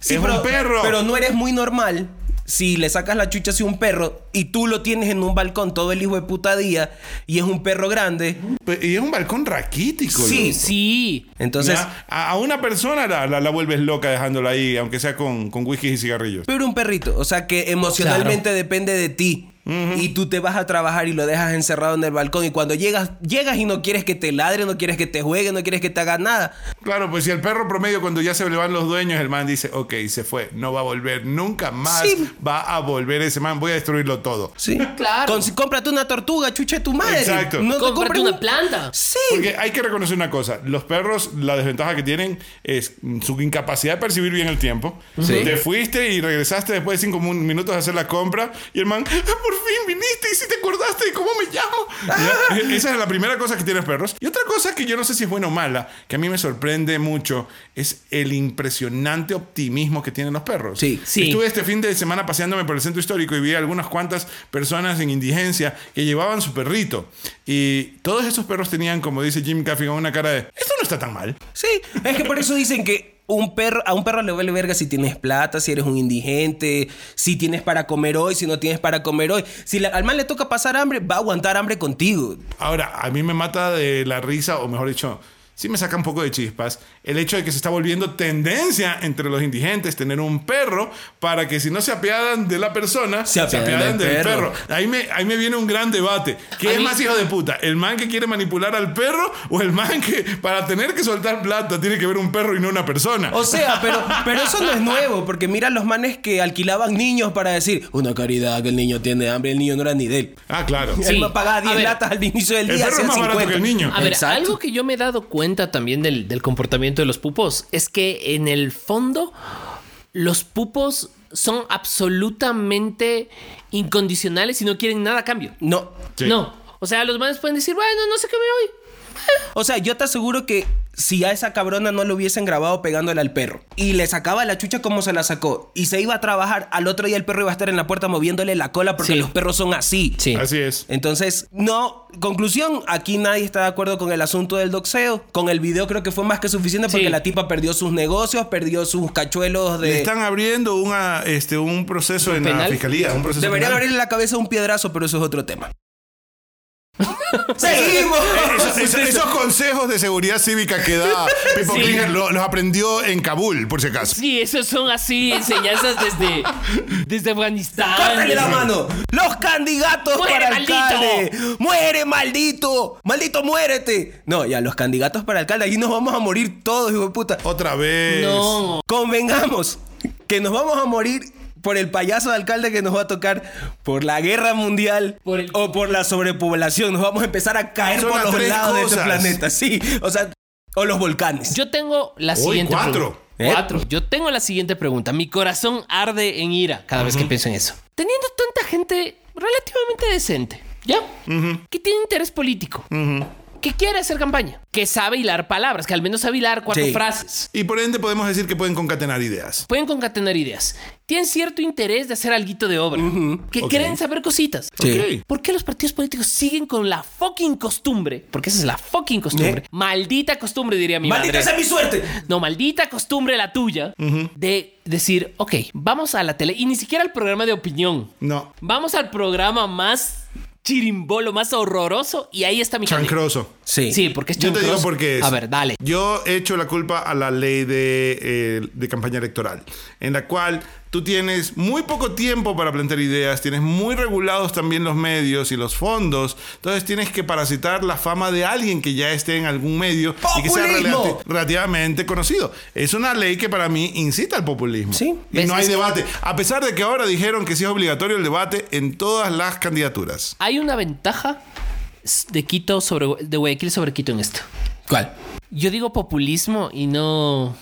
[SPEAKER 2] Sí, pero un perro.
[SPEAKER 1] Pero no eres muy normal si le sacas la chucha a un perro y tú lo tienes en un balcón todo el hijo de puta día y es un perro grande.
[SPEAKER 2] Pe- Y es un balcón raquítico.
[SPEAKER 1] Sí,
[SPEAKER 2] loco.
[SPEAKER 3] Sí,
[SPEAKER 1] Entonces,
[SPEAKER 2] Ya, A, a una persona la, la- la vuelves loca dejándola ahí, aunque sea con, con whisky y cigarrillos.
[SPEAKER 1] pero un perrito, o sea que emocionalmente depende de ti. Y tú te vas a trabajar y lo dejas encerrado en el balcón. Y cuando llegas, llegas y no quieres que te ladre, no quieres que te juegue, no quieres que te haga nada.
[SPEAKER 2] Claro, pues si el perro promedio cuando ya se le van los dueños, el man dice, ok, se fue, no va a volver, nunca más
[SPEAKER 1] Sí.
[SPEAKER 2] va a volver ese man, voy a destruirlo todo.
[SPEAKER 1] Sí.
[SPEAKER 3] Claro.
[SPEAKER 1] Con- cómprate una tortuga, chucha de tu madre.
[SPEAKER 2] Exacto.
[SPEAKER 1] No te
[SPEAKER 3] Cómprate
[SPEAKER 1] compres
[SPEAKER 3] una
[SPEAKER 1] un-
[SPEAKER 3] planta.
[SPEAKER 1] Sí.
[SPEAKER 2] Porque hay que reconocer una cosa, los perros, la desventaja que tienen es mm, su incapacidad de percibir bien el tiempo.
[SPEAKER 1] Sí.
[SPEAKER 2] Te fuiste y regresaste después de cinco mu- minutos a hacer la compra y el man, "Ah, por fin viniste y si te acordaste de cómo me llamo.
[SPEAKER 1] Ah.
[SPEAKER 2] Ya, e-, Esa es la primera cosa que tienen los perros. Y otra cosa que yo no sé si es buena o mala, que a mí me sorprende mucho, es el impresionante optimismo que tienen los perros.
[SPEAKER 1] Sí,
[SPEAKER 3] sí.
[SPEAKER 2] Estuve este fin de semana paseándome por el centro histórico y vi a algunas cuantas personas en indigencia que llevaban su perrito. Y todos esos perros tenían, como dice Jim Caffigan, una cara de, esto no está tan mal.
[SPEAKER 1] Sí, es que por eso dicen que un perro, a un perro le vale verga si tienes plata, si eres un indigente, si tienes para comer hoy, si no tienes para comer hoy. Si la- al mal le toca pasar hambre, va a aguantar hambre contigo.
[SPEAKER 2] Ahora, a mí me mata de la risa, o mejor dicho, sí me saca un poco de chispas, el hecho de que se está volviendo tendencia entre los indigentes tener un perro para que si no se apiadan de la persona,
[SPEAKER 1] Se apiadan del
[SPEAKER 2] del perro.
[SPEAKER 1] perro.
[SPEAKER 2] Ahí, me, ahí me viene un gran debate. ¿Qué
[SPEAKER 3] A
[SPEAKER 2] es
[SPEAKER 3] mí-
[SPEAKER 2] más hijo de puta? ¿El man que quiere manipular al perro o el man que para tener que soltar plata tiene que ver un perro y no una persona?
[SPEAKER 1] O sea, pero, pero eso no es nuevo, porque mira los manes que alquilaban niños para decir, una caridad que el niño tiene hambre, el niño no era ni de él.
[SPEAKER 2] ah, claro.
[SPEAKER 3] Sí.
[SPEAKER 1] Él no pagaba
[SPEAKER 3] A
[SPEAKER 1] 10
[SPEAKER 3] ver,
[SPEAKER 1] latas al inicio del
[SPEAKER 2] El
[SPEAKER 1] día,
[SPEAKER 2] perro es
[SPEAKER 1] hacían
[SPEAKER 2] más barato
[SPEAKER 1] 50.
[SPEAKER 2] que el niño.
[SPEAKER 3] A ver,
[SPEAKER 1] Exacto.
[SPEAKER 3] algo que yo me he dado cuenta también del, del comportamiento de los pupos es que en el fondo los pupos son absolutamente incondicionales y no quieren nada a cambio.
[SPEAKER 1] No,
[SPEAKER 2] Sí.
[SPEAKER 3] No. O sea, los manes pueden decir, bueno, no sé qué me voy.
[SPEAKER 1] O sea, yo te aseguro que si a esa cabrona no lo hubiesen grabado pegándole al perro y le sacaba la chucha como se la sacó y se iba a trabajar, al otro día el perro iba a estar en la puerta moviéndole la cola porque
[SPEAKER 3] Sí.
[SPEAKER 1] los perros son así.
[SPEAKER 3] Sí.
[SPEAKER 2] Así es.
[SPEAKER 1] Eh, Entonces, no, conclusión, aquí nadie está de acuerdo con el asunto del doxeo. Con el video creo que fue más que suficiente porque
[SPEAKER 3] Sí.
[SPEAKER 1] la tipa perdió sus negocios, perdió sus cachuelos
[SPEAKER 2] Le
[SPEAKER 1] de...
[SPEAKER 2] están abriendo una, este, un proceso en la
[SPEAKER 3] penal?
[SPEAKER 2] fiscalía. Un proceso
[SPEAKER 1] Deberían
[SPEAKER 2] penal.
[SPEAKER 1] abrirle la cabeza un piedrazo, pero eso es otro tema. ¡Seguimos!
[SPEAKER 2] Eso- eso- esos consejos de seguridad cívica que da Pipo
[SPEAKER 3] Sí.
[SPEAKER 2] Klinger lo- los aprendió en Kabul, por si acaso.
[SPEAKER 3] Sí, esos son así enseñanzas desde, desde Afganistán.
[SPEAKER 1] ¡Córtale la
[SPEAKER 3] desde-
[SPEAKER 1] mano! ¡Los candidatos
[SPEAKER 3] ¡Muere,
[SPEAKER 1] para
[SPEAKER 3] maldito!
[SPEAKER 1] alcalde! ¡Muere, maldito! ¡Maldito, muérete! No, ya, los candidatos para alcalde, aquí nos vamos a morir todos, hijo de puta.
[SPEAKER 2] Otra vez.
[SPEAKER 3] No.
[SPEAKER 1] Convengamos que nos vamos a morir por el payaso de alcalde que nos va a tocar, por la guerra mundial
[SPEAKER 3] Por el-
[SPEAKER 1] o por la sobrepoblación. Nos vamos a empezar a caer
[SPEAKER 2] Son
[SPEAKER 1] por
[SPEAKER 2] las
[SPEAKER 1] los
[SPEAKER 2] tres
[SPEAKER 1] lados de este
[SPEAKER 2] cosas.
[SPEAKER 1] planeta, sí. O sea, o los volcanes.
[SPEAKER 3] Yo tengo la
[SPEAKER 2] Uy,
[SPEAKER 3] siguiente
[SPEAKER 2] cuatro.
[SPEAKER 3] pregunta.
[SPEAKER 1] ¿Eh?
[SPEAKER 3] Cuatro. Yo tengo la siguiente pregunta. Mi corazón arde en ira cada vez que pienso en eso. teniendo tanta gente relativamente decente, ¿ya? Que tiene interés político, que quiere hacer campaña, que sabe hilar palabras, que al menos sabe hilar cuatro
[SPEAKER 1] Sí.
[SPEAKER 3] frases.
[SPEAKER 2] Y por ende podemos decir que pueden concatenar ideas.
[SPEAKER 3] Pueden concatenar ideas. Tienen cierto interés de hacer alguito de obra. Que
[SPEAKER 2] Ok.
[SPEAKER 3] quieren saber cositas.
[SPEAKER 1] Sí.
[SPEAKER 3] ¿Por qué los partidos políticos siguen con la fucking costumbre? Porque esa es la fucking costumbre.
[SPEAKER 1] ¿Eh?
[SPEAKER 3] Maldita costumbre, diría mi
[SPEAKER 1] ¡Maldita
[SPEAKER 3] madre.
[SPEAKER 1] sea mi suerte!
[SPEAKER 3] No, maldita costumbre la tuya de decir, ok, vamos a la tele y ni siquiera al programa de opinión.
[SPEAKER 2] No.
[SPEAKER 3] Vamos al programa más chirimbolo, más horroroso y ahí está mi candidato.
[SPEAKER 2] Chancroso.
[SPEAKER 1] Sí.
[SPEAKER 3] Sí, porque es
[SPEAKER 2] Yo te digo
[SPEAKER 3] chancroso.
[SPEAKER 2] por qué es.
[SPEAKER 3] A ver, dale.
[SPEAKER 2] Yo echo la culpa a la ley de, eh, de campaña electoral, en la cual tú tienes muy poco tiempo para plantear ideas, tienes muy regulados también los medios y los fondos, entonces tienes que parasitar la fama de alguien que ya esté en algún medio y que sea
[SPEAKER 1] ¡Populismo!
[SPEAKER 2] relati- relativamente conocido. Es una ley que para mí incita al populismo.
[SPEAKER 1] Sí.
[SPEAKER 2] Y
[SPEAKER 3] ¿Ves?
[SPEAKER 2] no hay
[SPEAKER 3] Es-
[SPEAKER 2] debate, a pesar de que ahora dijeron que sí es obligatorio el debate en todas las candidaturas.
[SPEAKER 3] Hay una ventaja de Quito sobre de Guayaquil sobre Quito en esto.
[SPEAKER 1] ¿Cuál?
[SPEAKER 3] Yo digo populismo y no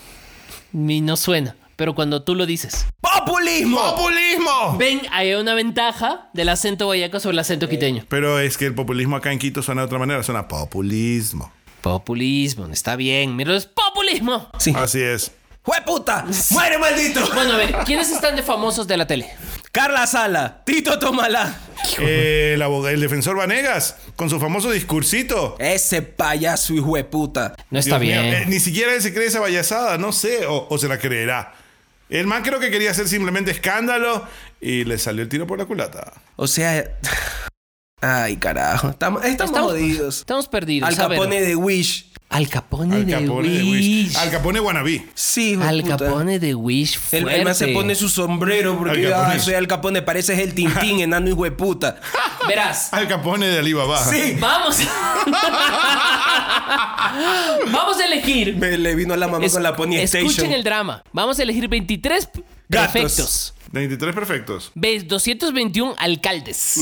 [SPEAKER 3] y no suena, pero cuando tú lo dices,
[SPEAKER 1] ¡Populismo!
[SPEAKER 2] ¡Populismo!
[SPEAKER 3] ven, hay una ventaja del acento guayaco sobre el acento quiteño.
[SPEAKER 2] Pero es que el populismo acá en Quito suena de otra manera, suena populismo.
[SPEAKER 3] Populismo, está bien, mira, es populismo.
[SPEAKER 1] Sí.
[SPEAKER 2] Así es.
[SPEAKER 1] ¡Jueputa! ¡Muere maldito!
[SPEAKER 3] Bueno, a ver, ¿quiénes están de famosos de la tele?
[SPEAKER 1] Carla Sala, Tito Tomala.
[SPEAKER 2] Eh, el, abog- el defensor Vanegas, con su famoso discursito.
[SPEAKER 1] Ese payaso hijo de puta.
[SPEAKER 3] No está
[SPEAKER 2] Dios mío,
[SPEAKER 3] bien.
[SPEAKER 2] eh, ni siquiera él se cree esa bayazada, no sé, o, o se la creerá. El man creo que quería hacer simplemente escándalo y le salió el tiro por la culata.
[SPEAKER 1] O sea. Ay, carajo. Estamos, estamos, jodidos.
[SPEAKER 3] Estamos perdidos.
[SPEAKER 1] Al
[SPEAKER 3] A ver,
[SPEAKER 1] Capone de Wish.
[SPEAKER 3] Al Capone,
[SPEAKER 2] Al
[SPEAKER 3] de,
[SPEAKER 2] Capone de
[SPEAKER 3] Wish.
[SPEAKER 2] Wish. Al Capone wannabe.
[SPEAKER 1] Sí, hijo de
[SPEAKER 3] Al
[SPEAKER 1] puta.
[SPEAKER 3] Capone de Wish.
[SPEAKER 1] El,
[SPEAKER 3] Fuerte.
[SPEAKER 1] el man se pone su sombrero porque
[SPEAKER 2] Al Capone.
[SPEAKER 1] ah, soy Al Capone, pareces el Tintín, enano hijo de puta.
[SPEAKER 3] Verás.
[SPEAKER 2] Al Capone de Alibaba.
[SPEAKER 1] Sí.
[SPEAKER 3] Vamos. Vamos a elegir.
[SPEAKER 1] Me le vino a la mamá
[SPEAKER 3] Es-
[SPEAKER 1] con la Pony
[SPEAKER 3] escuchen
[SPEAKER 1] Station.
[SPEAKER 3] el drama. Vamos a elegir 23
[SPEAKER 1] Gatos.
[SPEAKER 3] prefectos.
[SPEAKER 2] 23 perfectos.
[SPEAKER 3] ves, 221 alcaldes,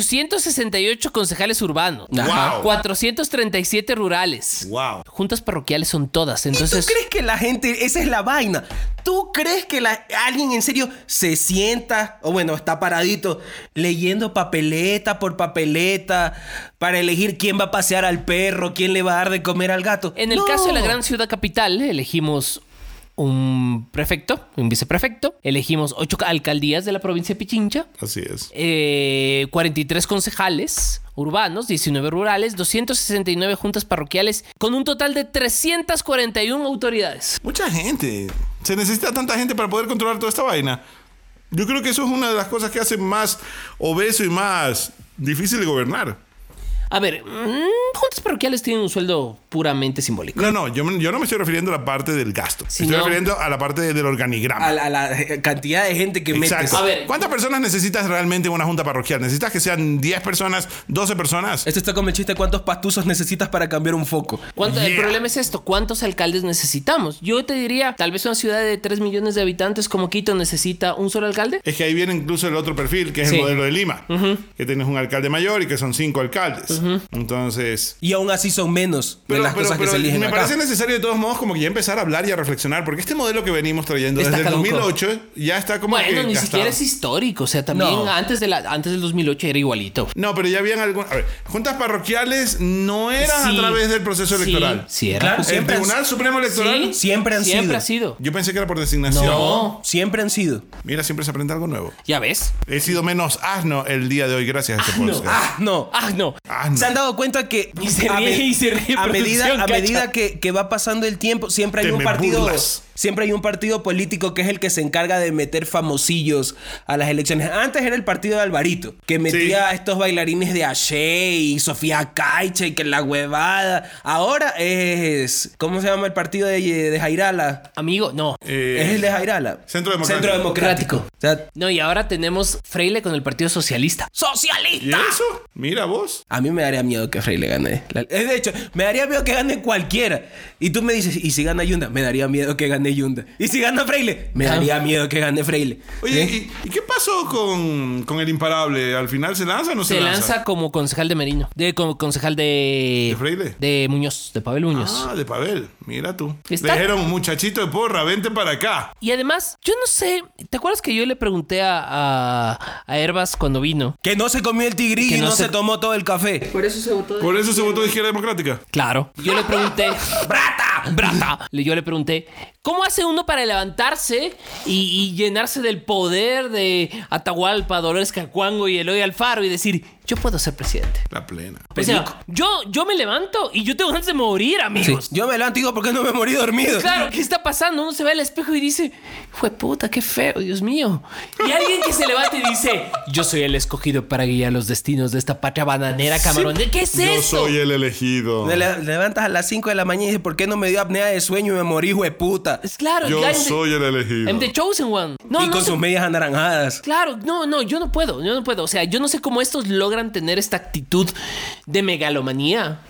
[SPEAKER 3] 868 concejales urbanos,
[SPEAKER 2] Wow.
[SPEAKER 3] 437 rurales.
[SPEAKER 2] Wow.
[SPEAKER 3] Juntas parroquiales son todas,
[SPEAKER 1] ¿Tú
[SPEAKER 3] entonces
[SPEAKER 1] crees que la gente, esa es la vaina? ¿Tú crees que la- alguien en serio se sienta, o bueno, está paradito, leyendo papeleta por papeleta para elegir quién va a pasear al perro, quién le va a dar de comer al gato?
[SPEAKER 3] En el
[SPEAKER 1] No.
[SPEAKER 3] caso de la gran ciudad capital, elegimos un prefecto, un viceprefecto, elegimos ocho alcaldías de la provincia de Pichincha,
[SPEAKER 2] Así es.
[SPEAKER 3] eh, 43 concejales urbanos, 19 rurales, 269 juntas parroquiales, con un total de 341 autoridades.
[SPEAKER 2] Mucha gente. Se necesita tanta gente para poder controlar toda esta vaina. Yo creo que eso es una de las cosas que hace más obeso y más difícil de gobernar.
[SPEAKER 3] A ver, mm, juntas parroquiales tienen un sueldo puramente simbólico.
[SPEAKER 2] No, no, yo, me- yo no me estoy refiriendo a la parte del gasto.
[SPEAKER 3] Si
[SPEAKER 2] estoy
[SPEAKER 3] no-
[SPEAKER 2] refiriendo a la parte del organigrama.
[SPEAKER 1] A la, a la, eh, cantidad de gente que metes.
[SPEAKER 2] Exacto.
[SPEAKER 3] A ver.
[SPEAKER 2] ¿Cuántas personas necesitas realmente en una junta parroquial? ¿Necesitas que sean 10 personas, 12 personas?
[SPEAKER 1] Esto este está como el chiste de cuántos pastuzos necesitas para cambiar un foco.
[SPEAKER 3] ¿Cuánto- El
[SPEAKER 2] Yeah.
[SPEAKER 3] problema es esto, ¿cuántos alcaldes necesitamos? Yo te diría, tal vez una ciudad de 3 millones de habitantes como Quito necesita un solo alcalde.
[SPEAKER 2] Es que ahí viene incluso el otro perfil, que es
[SPEAKER 3] Sí.
[SPEAKER 2] el modelo de Lima, que tienes un alcalde mayor y que son cinco alcaldes. Entonces...
[SPEAKER 1] Y aún así son menos de las cosas que se
[SPEAKER 2] pero
[SPEAKER 1] eligen
[SPEAKER 2] me
[SPEAKER 1] acá.
[SPEAKER 2] parece necesario de todos modos como que ya empezar a hablar y a reflexionar, porque este modelo que venimos trayendo
[SPEAKER 3] Está
[SPEAKER 2] desde el
[SPEAKER 3] caduco.
[SPEAKER 2] 2008 ya está como...
[SPEAKER 3] Bueno,
[SPEAKER 2] que
[SPEAKER 3] ni
[SPEAKER 2] gastado.
[SPEAKER 3] siquiera es histórico. O sea, también
[SPEAKER 1] No.
[SPEAKER 3] antes, de la, antes del 2008 era igualito.
[SPEAKER 2] No, pero ya habían algunas... A ver, juntas parroquiales no eran
[SPEAKER 3] Sí.
[SPEAKER 2] a través del proceso
[SPEAKER 3] Sí,
[SPEAKER 2] electoral.
[SPEAKER 3] Sí, era.
[SPEAKER 1] Claro,
[SPEAKER 2] Ah, El
[SPEAKER 1] siempre han-
[SPEAKER 2] Tribunal Supremo Electoral...
[SPEAKER 3] Sí,
[SPEAKER 1] Siempre han
[SPEAKER 3] siempre
[SPEAKER 1] sido.
[SPEAKER 3] ha sido.
[SPEAKER 2] Yo pensé que era por designación.
[SPEAKER 3] No.
[SPEAKER 1] Siempre han sido.
[SPEAKER 2] Mira, siempre se aprende algo nuevo.
[SPEAKER 3] ¿Ya ves?
[SPEAKER 2] He sido menos asno el día de hoy gracias a este podcast.
[SPEAKER 1] Ah, no.
[SPEAKER 3] Ah, no.
[SPEAKER 2] Asno.
[SPEAKER 1] Se han dado cuenta que
[SPEAKER 3] Y se
[SPEAKER 1] a,
[SPEAKER 3] ríe,
[SPEAKER 1] me-
[SPEAKER 3] y se ríe
[SPEAKER 1] a
[SPEAKER 3] producción,
[SPEAKER 1] medida, a
[SPEAKER 3] cacha.
[SPEAKER 1] medida que, que va pasando el tiempo, siempre hay
[SPEAKER 2] Te
[SPEAKER 1] un
[SPEAKER 2] me
[SPEAKER 1] partido.
[SPEAKER 2] burlas.
[SPEAKER 1] Siempre hay un partido político que es el que se encarga de meter famosillos a las elecciones. Antes era el partido de Alvarito, que metía
[SPEAKER 2] Sí.
[SPEAKER 1] a estos bailarines de Ashe y Sofía Caicha y que la huevada. Ahora es. ¿Cómo se llama el partido de, de Jairala?
[SPEAKER 3] Amigo, no.
[SPEAKER 2] Eh,
[SPEAKER 1] es el de Jairala.
[SPEAKER 2] Centro Democrático.
[SPEAKER 1] Centro Democrático. O sea,
[SPEAKER 3] No, y ahora tenemos Freile con el Partido Socialista.
[SPEAKER 2] ¿Y
[SPEAKER 3] ¡Socialista!
[SPEAKER 2] eso? Mira vos.
[SPEAKER 1] A mí me daría miedo que Frey le gane. La- Es de hecho, me daría miedo que gane cualquiera. Y tú me dices, ¿y si gana Yunda? Me daría miedo que gane gane Yunda. Y si gana Freile, me
[SPEAKER 3] Ah.
[SPEAKER 1] daría miedo que gane Freile.
[SPEAKER 2] Oye,
[SPEAKER 1] ¿Eh?
[SPEAKER 2] ¿y, y qué pasó con, con el imparable? ¿Al final se lanza o no se,
[SPEAKER 3] Se lanza como concejal de Merino. De como concejal de.
[SPEAKER 2] ¿De Freire?
[SPEAKER 3] de Muñoz, de Pavel Muñoz.
[SPEAKER 2] Ah, de Pavel. Mira tú.
[SPEAKER 3] Está-
[SPEAKER 2] Le dijeron, muchachito de porra, vente para acá.
[SPEAKER 3] Y además, yo no sé, ¿te acuerdas que yo le pregunté a, a, a Herbas cuando vino?
[SPEAKER 1] Que no se comió el tigrillo
[SPEAKER 3] Que
[SPEAKER 1] y
[SPEAKER 3] no
[SPEAKER 1] no
[SPEAKER 3] se-
[SPEAKER 1] se tomó todo el café.
[SPEAKER 4] Por eso se votó.
[SPEAKER 2] Por eso se votó de izquierda democrática.
[SPEAKER 3] Claro. Yo le pregunté,
[SPEAKER 1] ¡Brata!
[SPEAKER 3] brata, le- yo le pregunté, ¿cómo hace uno para levantarse y, y llenarse del poder de Atahualpa, Dolores Cacuango y Eloy Alfaro y decir, yo puedo ser presidente?
[SPEAKER 2] La plena.
[SPEAKER 3] O sea, yo, yo me levanto y yo tengo ganas de morir, amigos.
[SPEAKER 1] Yo me levanto y digo, ¿por qué no me morí dormido?
[SPEAKER 3] Claro, ¿qué está pasando? Uno se ve al espejo y dice, fue puta, qué feo, Dios mío. Y alguien que se levanta y dice, yo soy el escogido para guiar los destinos de esta patria bananera, camarón. ¿Qué es
[SPEAKER 2] Yo
[SPEAKER 3] esto?
[SPEAKER 2] soy el elegido.
[SPEAKER 1] Te le- levantas a las 5 de la mañana y dices, ¿por qué no me dio apnea de sueño y me morí, hueputa?
[SPEAKER 3] Es claro,
[SPEAKER 2] Yo
[SPEAKER 3] ya-
[SPEAKER 2] soy el
[SPEAKER 3] I'm the
[SPEAKER 2] elegido.
[SPEAKER 3] chosen one. No,
[SPEAKER 1] y
[SPEAKER 3] no
[SPEAKER 1] con
[SPEAKER 3] se-
[SPEAKER 1] sus medias anaranjadas.
[SPEAKER 3] Claro, no, no, yo no puedo, yo no puedo. O sea, yo no sé cómo estos logran tener esta actitud de megalomanía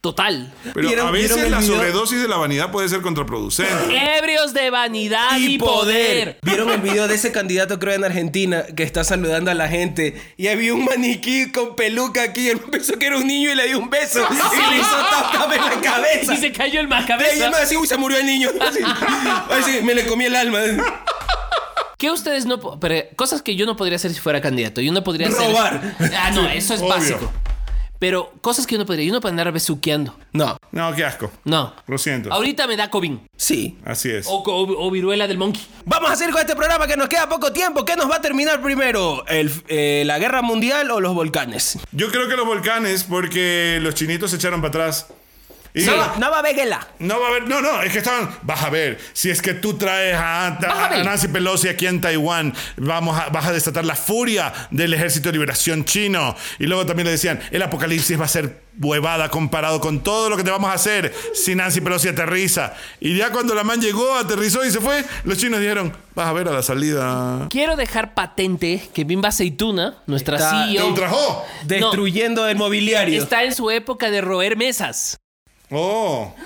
[SPEAKER 3] total.
[SPEAKER 2] Pero a
[SPEAKER 1] ¿Vieron- vieron
[SPEAKER 2] veces
[SPEAKER 1] el
[SPEAKER 2] la
[SPEAKER 1] video?
[SPEAKER 2] sobredosis de la vanidad puede ser contraproducente.
[SPEAKER 3] Ebrios de vanidad y, poder.
[SPEAKER 1] ¿Vieron el video de ese candidato, creo, en Argentina, que está saludando a la gente? Y había un maniquí con peluca aquí. y Él pensó que era un niño y le dio un beso. Y le hizo tap tap en la cabeza.
[SPEAKER 3] Y se cayó el más
[SPEAKER 1] Y él me decía, uy, se murió el niño. Así, así, me le comí el alma.
[SPEAKER 3] ¿Qué ustedes no... po- Pero cosas que yo no podría hacer si fuera candidato. Yo no podría hacer-
[SPEAKER 1] Robar.
[SPEAKER 3] Ah, no, eso es
[SPEAKER 2] Obvio.
[SPEAKER 3] básico. Pero cosas que yo no podría... Yo no puedo andar besuqueando.
[SPEAKER 1] No,
[SPEAKER 2] No, qué asco.
[SPEAKER 3] No.
[SPEAKER 2] Lo siento.
[SPEAKER 3] Ahorita me da COVID.
[SPEAKER 1] sí.
[SPEAKER 2] Así es.
[SPEAKER 3] O, o- o viruela del monkey.
[SPEAKER 1] Vamos a hacer con este programa que nos queda poco tiempo. ¿Qué nos va a terminar primero? El- eh, ¿La guerra mundial o los volcanes?
[SPEAKER 2] Yo creo que los volcanes, porque los chinitos se echaron para atrás. Y
[SPEAKER 1] Nava, Nava Veguela.
[SPEAKER 2] No va a haber, no, no, es que estaban, vas a ver, si es que tú traes a,
[SPEAKER 3] a
[SPEAKER 2] a-
[SPEAKER 3] ver.
[SPEAKER 2] a Nancy Pelosi aquí en Taiwán, vamos a- vas a desatar la furia del ejército de liberación chino. Y luego también le decían, el apocalipsis va a ser huevada comparado con todo lo que te vamos a hacer si Nancy Pelosi aterriza. Y ya cuando la man llegó, aterrizó y se fue, los chinos dijeron, vas a ver a la salida.
[SPEAKER 3] Quiero dejar patente que Bimba Aceituna, nuestra
[SPEAKER 1] Está-
[SPEAKER 2] ¿Te
[SPEAKER 3] CEO...
[SPEAKER 2] ultrajó?
[SPEAKER 1] Destruyendo el mobiliario.
[SPEAKER 3] Está en su época de roer mesas.
[SPEAKER 2] Oh.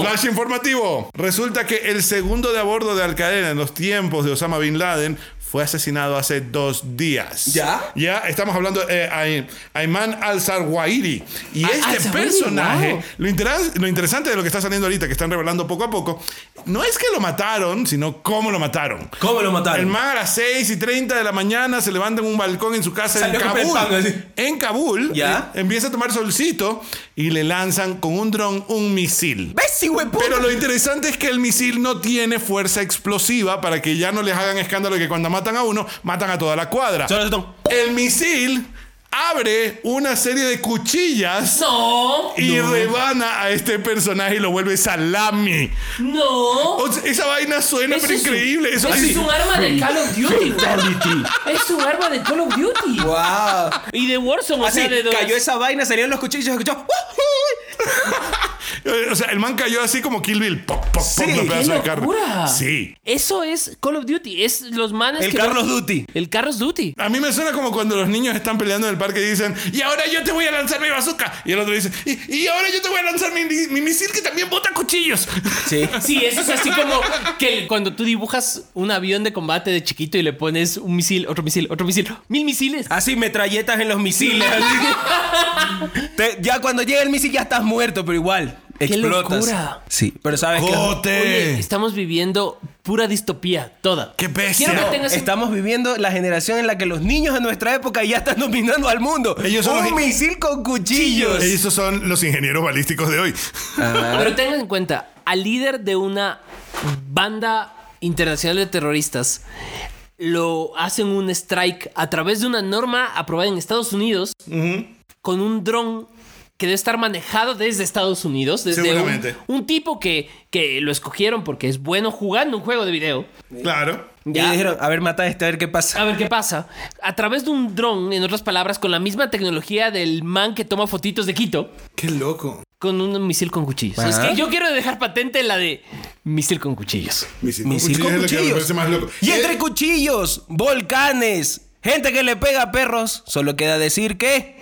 [SPEAKER 2] Flash informativo. Resulta que el segundo de a bordo de Al Qaeda en los tiempos de Osama Bin Laden fue asesinado hace dos días.
[SPEAKER 1] ¿Ya?
[SPEAKER 2] Ya estamos hablando de eh, Ay- Ayman al-Zawahiri. Y
[SPEAKER 3] Ah,
[SPEAKER 2] este
[SPEAKER 3] al-Zawahiri,
[SPEAKER 2] personaje,
[SPEAKER 3] wow.
[SPEAKER 2] lo, interas- lo interesante de lo que está saliendo ahorita, que están revelando poco a poco, no es que lo mataron, sino cómo lo mataron.
[SPEAKER 1] ¿Cómo lo mataron?
[SPEAKER 2] El man a las 6 y 30 de la mañana se levanta en un balcón en su casa en
[SPEAKER 1] Salió con
[SPEAKER 2] Kabul.
[SPEAKER 1] el pan, así.
[SPEAKER 2] En Kabul.
[SPEAKER 1] Ya.
[SPEAKER 2] eh, empieza a tomar solcito y le lanzan con un dron un misil.
[SPEAKER 1] ¿Ves, hijo de puta?
[SPEAKER 2] Pero lo interesante es que el misil no tiene fuerza explosiva para que ya no les hagan escándalo que cuando matan a uno, matan a toda la cuadra.
[SPEAKER 1] Solo eso, Tom.
[SPEAKER 2] El misil abre una serie de cuchillas
[SPEAKER 3] No,
[SPEAKER 2] y rebana a este personaje y lo vuelve salami.
[SPEAKER 3] no.
[SPEAKER 2] O sea, esa vaina suena
[SPEAKER 3] Eso
[SPEAKER 2] pero
[SPEAKER 3] es un-
[SPEAKER 2] increíble. Eso
[SPEAKER 3] eso
[SPEAKER 2] así.
[SPEAKER 3] es un arma de Call of Duty. es un arma de Call of Duty.
[SPEAKER 1] Wow.
[SPEAKER 3] Y de Warzone, o
[SPEAKER 1] Así,
[SPEAKER 3] sea, de dos-
[SPEAKER 1] cayó esa vaina, salieron los cuchillos, escuchó. "Ujú".
[SPEAKER 2] O sea, el man cayó así como Kill Bill. Pop, pop,
[SPEAKER 1] Sí,
[SPEAKER 2] pop, los
[SPEAKER 1] qué
[SPEAKER 2] pedazos de carne.
[SPEAKER 3] locura.
[SPEAKER 2] Sí.
[SPEAKER 3] Eso es Call of Duty. Es los manes
[SPEAKER 1] El
[SPEAKER 3] que-
[SPEAKER 1] Carlos Duty.
[SPEAKER 3] El Carlos Duty.
[SPEAKER 2] A mí me suena como cuando los niños están peleando en el parque y dicen, y ahora yo te voy a lanzar mi bazooka. Y el otro dice, y, y ahora yo te voy a lanzar mi, mi misil que también bota cuchillos.
[SPEAKER 1] Sí.
[SPEAKER 3] Sí, eso es así como que el- cuando tú dibujas un avión de combate de chiquito y le pones un misil, otro misil, otro misil, mil misiles.
[SPEAKER 2] Ah,
[SPEAKER 1] Así, metralletas en los misiles. así. Te- ya cuando llega el misil ya estás muerto, pero igual. explotas.
[SPEAKER 3] locura!
[SPEAKER 1] Sí, pero sabes que
[SPEAKER 3] Oye,
[SPEAKER 2] ¡Cote!
[SPEAKER 3] estamos viviendo pura distopía, toda.
[SPEAKER 2] ¡Qué bestia!
[SPEAKER 3] Quiero que tengas este un-
[SPEAKER 1] estamos viviendo la generación en la que los niños de nuestra época ya están dominando al mundo.
[SPEAKER 2] Ellos son
[SPEAKER 1] Un
[SPEAKER 2] los-
[SPEAKER 1] misil con cuchillos.
[SPEAKER 2] Esos son los ingenieros balísticos de hoy.
[SPEAKER 3] Pero tengan en cuenta, al líder de una banda internacional de terroristas lo hacen un strike a través de una norma aprobada en Estados Unidos con un dron que debe estar manejado desde Estados Unidos, desde un,
[SPEAKER 2] Seguramente.
[SPEAKER 3] un tipo que, que lo escogieron porque es bueno jugando un juego de video.
[SPEAKER 2] Claro.
[SPEAKER 1] Y le dijeron, a ver, mata a este, a ver qué pasa.
[SPEAKER 3] A ver qué pasa. A través de un dron, en otras palabras, con la misma tecnología del man que toma fotitos de Quito.
[SPEAKER 1] Qué loco. Ah.
[SPEAKER 3] Con un misil con cuchillos. Pues Es que yo quiero dejar patente la de misil con cuchillos.
[SPEAKER 2] Misil,
[SPEAKER 1] Misil con
[SPEAKER 2] es lo que me
[SPEAKER 1] cuchillos.
[SPEAKER 2] parece más loco.
[SPEAKER 1] Y
[SPEAKER 2] Eh,
[SPEAKER 1] entre cuchillos, volcanes, gente que le pega a perros, solo queda decir que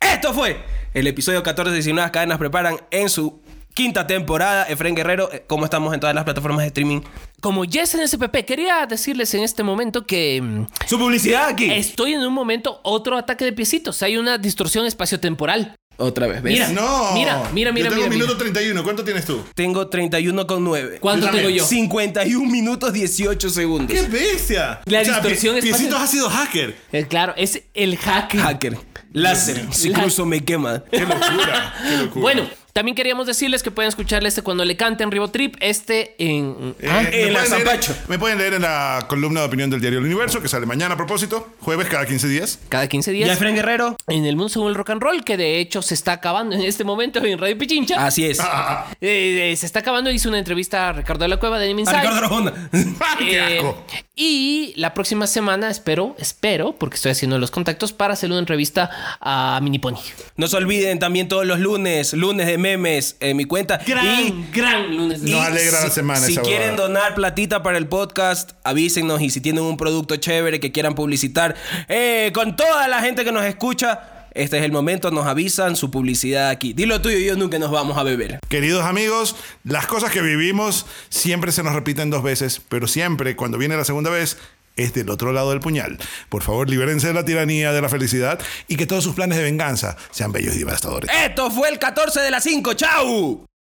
[SPEAKER 1] esto fue el episodio 14 de 19 cadenas preparan en su Quinta temporada, Efren Guerrero, eh, como estamos en todas las plataformas de streaming.
[SPEAKER 3] Como ya es en SPP, quería decirles en este momento que mm,
[SPEAKER 1] Su publicidad aquí.
[SPEAKER 3] estoy en un momento otro ataque de piecitos. Hay una distorsión espaciotemporal.
[SPEAKER 1] Otra vez, ¿ves?
[SPEAKER 3] Mira.
[SPEAKER 2] No.
[SPEAKER 3] Mira, mira, mira,
[SPEAKER 2] Yo tengo
[SPEAKER 3] mira,
[SPEAKER 2] minuto
[SPEAKER 3] mira.
[SPEAKER 2] 31. ¿Cuánto tienes tú?
[SPEAKER 1] Tengo 31,9.
[SPEAKER 2] Yo
[SPEAKER 3] ¿Cuánto
[SPEAKER 2] también.
[SPEAKER 3] tengo yo?
[SPEAKER 1] 51 minutos 18 segundos.
[SPEAKER 2] ¡Qué bestia!
[SPEAKER 3] La distorsión
[SPEAKER 2] pie-
[SPEAKER 3] es
[SPEAKER 2] Piecitos
[SPEAKER 3] fácil.
[SPEAKER 2] ha sido hacker.
[SPEAKER 3] Eh, claro, es el hacker.
[SPEAKER 1] Hacker. Láser. Si
[SPEAKER 3] Láser.
[SPEAKER 1] cruzo me quema.
[SPEAKER 2] ¡Qué locura! ¡Qué locura!
[SPEAKER 3] Bueno, también queríamos decirles que pueden escucharle este cuando le canten Ribotrip, este en...
[SPEAKER 2] Eh,
[SPEAKER 3] Ah,
[SPEAKER 2] me pueden
[SPEAKER 1] el
[SPEAKER 2] leer-
[SPEAKER 1] azapacho.
[SPEAKER 2] me pueden leer en la columna de opinión del diario El Universo, que sale mañana a propósito, jueves cada 15 días.
[SPEAKER 3] cada 15
[SPEAKER 1] ¿Ya
[SPEAKER 3] días.
[SPEAKER 1] Efren Guerrero?
[SPEAKER 3] En el mundo según el rock and roll, que de hecho se está acabando en este momento en Radio Pichincha.
[SPEAKER 1] Así es.
[SPEAKER 2] Ah,
[SPEAKER 3] Eh, eh, se está acabando, hice una entrevista a Ricardo de la Cueva de Anime
[SPEAKER 1] A
[SPEAKER 3] Insight.
[SPEAKER 1] Ricardo Arjona.
[SPEAKER 2] ¡Qué
[SPEAKER 3] Eh,
[SPEAKER 2] asco!
[SPEAKER 3] y la próxima semana espero, espero, porque estoy haciendo los contactos para hacer una entrevista a Mini Pony.
[SPEAKER 1] No se olviden también todos los lunes, lunes de memes en mi cuenta.
[SPEAKER 3] Gran,
[SPEAKER 1] Y-
[SPEAKER 3] gran lunes. de-
[SPEAKER 2] Nos
[SPEAKER 1] y
[SPEAKER 2] alegra
[SPEAKER 1] si,
[SPEAKER 2] la semana
[SPEAKER 1] Si
[SPEAKER 2] esa
[SPEAKER 1] quieren
[SPEAKER 2] huevada.
[SPEAKER 1] donar platita para el podcast, avísenos. Y si tienen un producto chévere que quieran publicitar, eh, con toda la gente que nos escucha, este es el momento. Nos avisan su publicidad aquí. Dilo tuyo y yo nunca nos vamos a beber.
[SPEAKER 2] Queridos amigos, las cosas que vivimos siempre se nos repiten dos veces, pero siempre cuando viene la segunda vez es del otro lado del puñal. Por favor, libérense de la tiranía, de la felicidad y que todos sus planes de venganza sean bellos y devastadores.
[SPEAKER 1] Esto fue el 14 de las 5. ¡Chau!